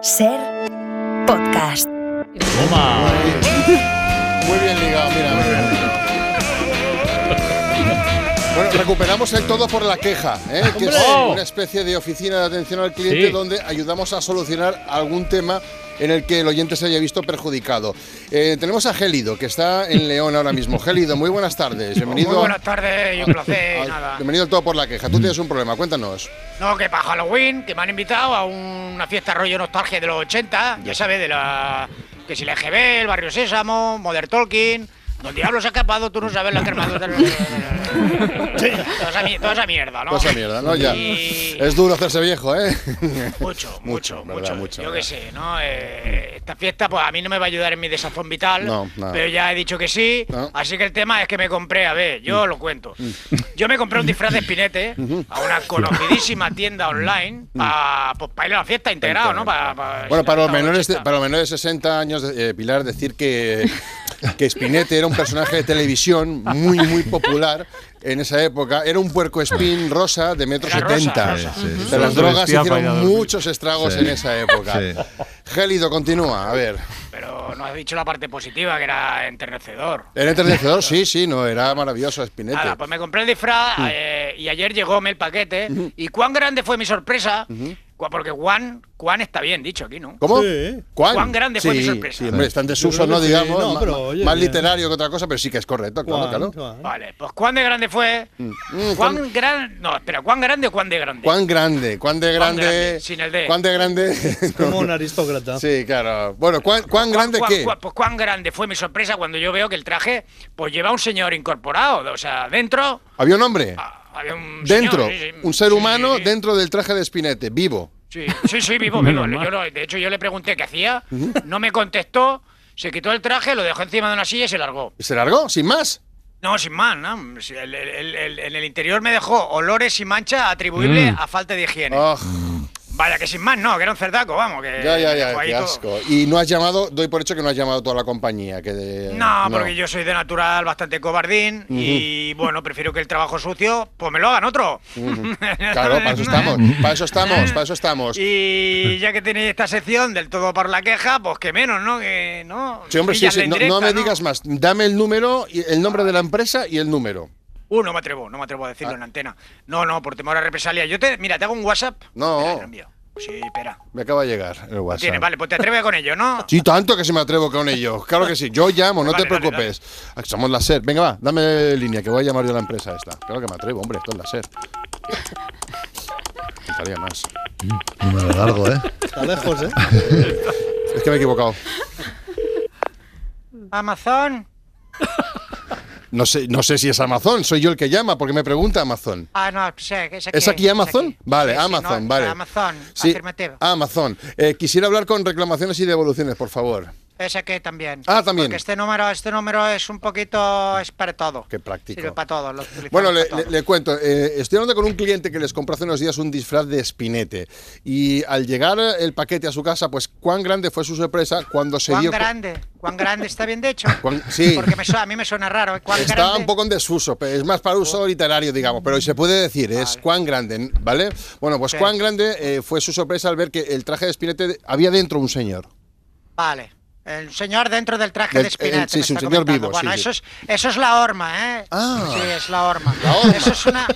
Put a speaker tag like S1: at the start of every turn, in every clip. S1: Ser podcast.
S2: Toma.
S3: Muy bien ligado, mira. Bueno, recuperamos el todo por la queja, ¿eh? que es
S2: ¡Hombre! Oh.
S3: una especie de oficina de atención al cliente
S2: Sí.
S3: donde ayudamos a solucionar algún tema en el que el oyente se haya visto perjudicado. Eh, tenemos a Gélido, que está en León ahora mismo. Gélido, muy buenas tardes. Bienvenido,
S4: Muy buenas tardes y un
S3: a-
S4: placer, nada.
S3: bienvenido al todo por la queja. Tú tienes un problema, cuéntanos.
S4: No, que para Halloween, que me han invitado a una fiesta rollo nostalgia de los 80, ya sabes, de la... que si la EGB, el Barrio Sésamo, Modern Talking... Donde diablo se ha escapado, tú no sabes la que toda, esa, mi- toda esa mierda, ¿no?
S3: Toda esa mierda, ¿no? Ya.
S4: Y-
S3: Es duro hacerse viejo, ¿eh?
S4: Mucho,
S3: Mucho,
S4: mucho,
S3: ¿verdad?
S4: mucho.
S3: Mucho,
S4: yo
S3: ¿verdad?
S4: qué sé, ¿no? Eh, esta fiesta, pues a mí no me va a ayudar en mi desazón vital,
S3: No, nada.
S4: pero ya he dicho que sí.
S3: No. Mm.
S4: Así que el tema es que me compré, a ver, yo lo cuento. Yo me compré un disfraz de espinete a una conocidísima tienda online para ir a la fiesta integrado, ¿no? Pa- pa-
S3: Mm. Bueno, para los
S4: 70,
S3: menores de,
S4: 80.
S3: para los menores de 60 años, eh, Pilar, decir que, que Spinette era un personaje de televisión muy, muy popular en esa época. Era un puerco espín rosa de metro
S4: Era
S3: 70.
S4: rosa, rosa.
S5: Sí, sí,
S3: O sea,
S5: sí.
S3: Las
S5: Se
S3: drogas
S5: vestía para ir a
S3: hicieron
S5: dormir.
S3: muchos estragos
S5: Sí.
S3: en esa época.
S5: Sí.
S3: Gélido, continúa, a ver.
S4: Pero no has dicho la parte positiva, que era enternecedor.
S3: Era enternecedor, sí, sí, no, era maravilloso Spinette.
S4: Nada, pues me compré el disfraz
S3: Mm.
S4: eh, y ayer llegó el paquete. ¿Y cuán grande fue mi sorpresa? Cua- Porque Juan, Juan está bien dicho aquí, ¿no?
S3: ¿Cómo?
S6: Sí.
S3: ¿Cuán?
S4: Cuán grande fue
S3: sí,
S4: mi sorpresa.
S3: sí, hombre, está en
S6: Yo
S3: desuso,
S6: creo
S3: ¿no?
S6: que sí,
S3: Digamos,
S6: no,
S3: ma-
S6: pero,
S3: ma-
S6: oye,
S3: más
S6: bien.
S3: literario que otra cosa, pero sí que es correcto, claro, claro.
S4: Vale, pues ¿cuán de grande fue? ¿Cuán grande? No, espera, ¿cuán grande o cuán de grande?
S3: Mm, ¿Cuán grande? ¿Cuán de
S4: Cuán
S3: grande?
S4: grande, sin el D.
S3: ¿Cuán de grande?
S6: Como un aristócrata.
S3: Sí, claro. Bueno, ¿cuán, cuán grande
S4: ¿Cuán-
S3: qué?
S4: cuán- pues cuán grande fue mi sorpresa cuando yo veo que el traje pues lleva un señor incorporado, o sea, dentro
S3: ¿Había un hombre?
S4: ah, había un
S3: Dentro.
S4: señor, sí, sí,
S3: Un ser
S4: sí,
S3: humano
S4: sí, sí.
S3: dentro del traje de Spinete, vivo.
S4: Sí, sí, sí, vivo, vivo. Yo no- de hecho, yo le pregunté qué hacía, no me contestó, se quitó el traje, lo dejó encima de una silla y se largó.
S3: ¿Y se largó? ¿Sin más?
S4: No, sin más, ¿no? Si el- el- el- el- en el interior me dejó olores y mancha atribuibles a falta de higiene.
S3: Ah,
S4: Vaya, que sin más, no, que era un cerdaco, vamos. Que
S3: ya, ya, ya,
S4: dejó ahí
S3: qué
S4: todo.
S3: asco. Y no has llamado, doy por hecho que no has llamado a toda la compañía. Que de-
S4: No, porque yo soy de natural bastante cobardín y bueno, prefiero que el trabajo sucio, pues me lo hagan otro.
S3: Claro, para eso estamos, para eso estamos, para eso estamos.
S4: Y ya que tenéis esta sección del todo por la queja, pues que menos, ¿no? Que no.
S3: Sí, hombre, sí,
S4: Sillas
S3: sí,
S4: de
S3: no,
S4: indirecta,
S3: no me digas más. Dame el número, y- el nombre de la empresa y el número.
S4: Uh, no me atrevo, no me atrevo
S3: Ah.
S4: a decirlo en antena. No, no, por temor a represalia. Yo te, mira, te hago un WhatsApp.
S3: No.
S4: Espera, te lo envío. Sí, espera.
S3: Me acaba de llegar el WhatsApp.
S4: Tiene, vale, pues te atreves con ello, ¿no?
S3: Sí, tanto que se me atrevo con ellos. Claro que sí. Yo llamo, no
S4: Vale,
S3: te
S4: dale,
S3: preocupes. Ah, Somos la SER. Venga, va, dame línea, que voy a llamar yo a la empresa esta. Claro que me atrevo, hombre, esto es la SER. Faltaría más.
S5: Número largo, ¿eh?
S6: Está lejos, ¿eh?
S3: Es que me he equivocado.
S4: Amazon,
S3: No sé, no sé si es Amazon, soy yo el que llama, porque me pregunta Amazon.
S4: Ah, no, sé, sé
S3: ¿Es
S4: que-
S3: aquí Amazon? Vale,
S4: Sí, sí,
S3: Amazon,
S4: no,
S3: vale.
S4: Amazon,
S3: Sí,
S4: afirmativo.
S3: Amazon. Eh, quisiera hablar con reclamaciones y devoluciones, por favor.
S4: Es aquí también.
S3: Ah, también.
S4: Porque este número, este número es un poquito, es para todo.
S3: Qué práctico.
S4: Sirve para todo. lo utilizamos
S3: Bueno, le,
S4: para
S3: le-
S4: todo.
S3: le cuento. eh, estoy hablando con un cliente que les compró hace unos días un disfraz de espinete. Y al llegar el paquete a su casa, pues cuán grande fue su sorpresa cuando se
S4: ¿Cuán
S3: dio. cu-
S4: grande? ¿Cuán grande está bien de hecho?
S3: Cuán- sí.
S4: Porque me su- a mí me suena raro. ¿eh? ¿Cuán
S3: Está
S4: grande? Oh.
S3: un poco en desuso, pero es más para uso literario, digamos, pero se puede decir, es
S4: Vale.
S3: cuán grande, ¿vale? Bueno, pues
S4: Sí.
S3: cuán grande eh, fue su sorpresa al ver que el traje de espinete de- había dentro un señor.
S4: Vale. El señor dentro del traje
S3: Del-
S4: de
S3: eh,
S4: espinete.
S3: sí,
S4: me
S3: sí, un
S4: está
S3: señor
S4: comentando.
S3: vivo,
S4: Bueno,
S3: sí, sí.
S4: eso, Es, eso es la horma, ¿eh?
S3: Ah.
S4: Sí, es la horma.
S3: La horma.
S4: Eso es una,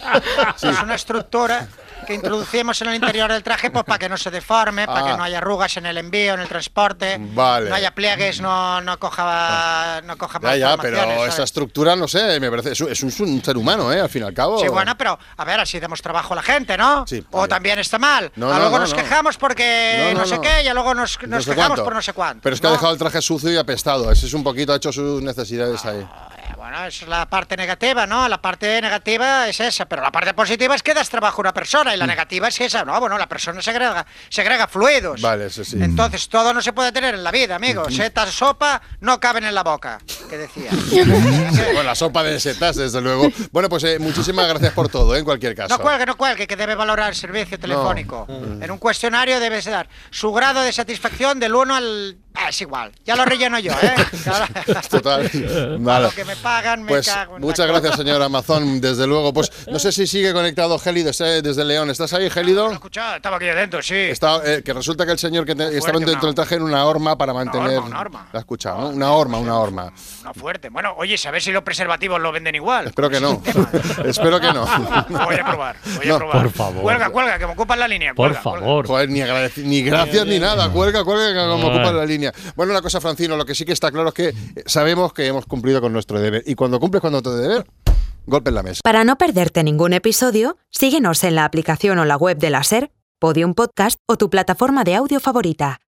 S4: es una estructura que introducimos en el interior del traje pues, para que no se deforme, para
S3: Ah.
S4: que no haya arrugas en el envío, en el transporte,
S3: Vale.
S4: no haya pliegues, no, no coja, no
S3: Ya,
S4: coja más
S3: ya, pero
S4: formaciones,
S3: esa
S4: ¿sabes?
S3: estructura, no sé, me parece, es, un- es un, un ser humano, ¿eh? Al fin y al cabo.
S4: Sí, bueno, pero a ver, así damos trabajo a la gente, ¿no?
S3: Sí,
S4: o
S3: vale.
S4: también está mal.
S3: No,
S4: a
S3: no,
S4: luego
S3: no,
S4: nos
S3: no.
S4: quejamos porque
S3: No,
S4: no,
S3: no,
S4: sé
S3: no.
S4: qué y a luego nos, nos
S3: No sé
S4: quejamos
S3: cuánto.
S4: por no sé cuánto.
S3: Pero es que ha
S4: ¿no?
S3: dejado el traje sucio y apestado. Ese es un poquito, ha hecho sus necesidades ahí.
S4: Eh, Bueno, esa es la parte negativa, ¿no? La parte negativa es esa, pero la parte positiva es que das trabajo a una persona y
S3: Mm.
S4: la negativa es esa, ¿no? Bueno, la persona segrega, segrega fluidos.
S3: Vale, eso sí. Mm.
S4: Entonces, todo no se puede tener en la vida, amigos. Setas de sopa no caben en la boca, que decía.
S3: Bueno, la sopa de setas, desde luego. Bueno, pues eh, muchísimas gracias por todo, ¿eh? en cualquier caso.
S4: No cuelgue, no cuelgue, que debe valorar el
S3: Mm.
S4: servicio telefónico. En un cuestionario debes dar su grado de satisfacción del 1 al, al es igual. Ya lo relleno yo, ¿eh?
S3: Total.
S4: Para
S3: Vale.
S4: Lo que me pagan, me
S3: Pues
S4: cago en la
S3: muchas
S4: cola.
S3: gracias, señor Amazon, desde luego. Pues no sé si sigue conectado Gélido está- eh, desde León. ¿Estás ahí,
S4: Lo he
S3: Gélido?
S4: escuchado, estaba aquí adentro, sí.
S3: Está, eh, que resulta que el señor que te- estaba
S4: fuerte,
S3: dentro
S4: una-
S3: del traje era una horma para
S4: horma,
S3: mantener.
S4: una horma. Ah,
S3: La has escuchado, ¿no? Una horma, una horma.
S4: No fuerte. Bueno, oye, a ver si los preservativos lo venden igual.
S3: Espero que no. Espero que no.
S4: Voy a probar, voy
S3: No,
S4: a probar.
S2: por favor.
S4: Cuelga, cuelga, que me ocupan la línea.
S2: Por
S4: cuelga, cuelga.
S2: favor.
S3: Joder, ni, agradec- ni gracias ni nada. Cuelga, cuelga, que como
S2: Ay.
S3: ocupa la línea. Bueno, una cosa, Francino, lo que sí que está claro es que eh, sabemos que hemos cumplido con nuestro deber. Y cuando cumples con nuestro deber, golpe en la mesa.
S1: Para no perderte ningún episodio, síguenos en la aplicación o la web de la SER, Podium Podcast o tu plataforma de audio favorita.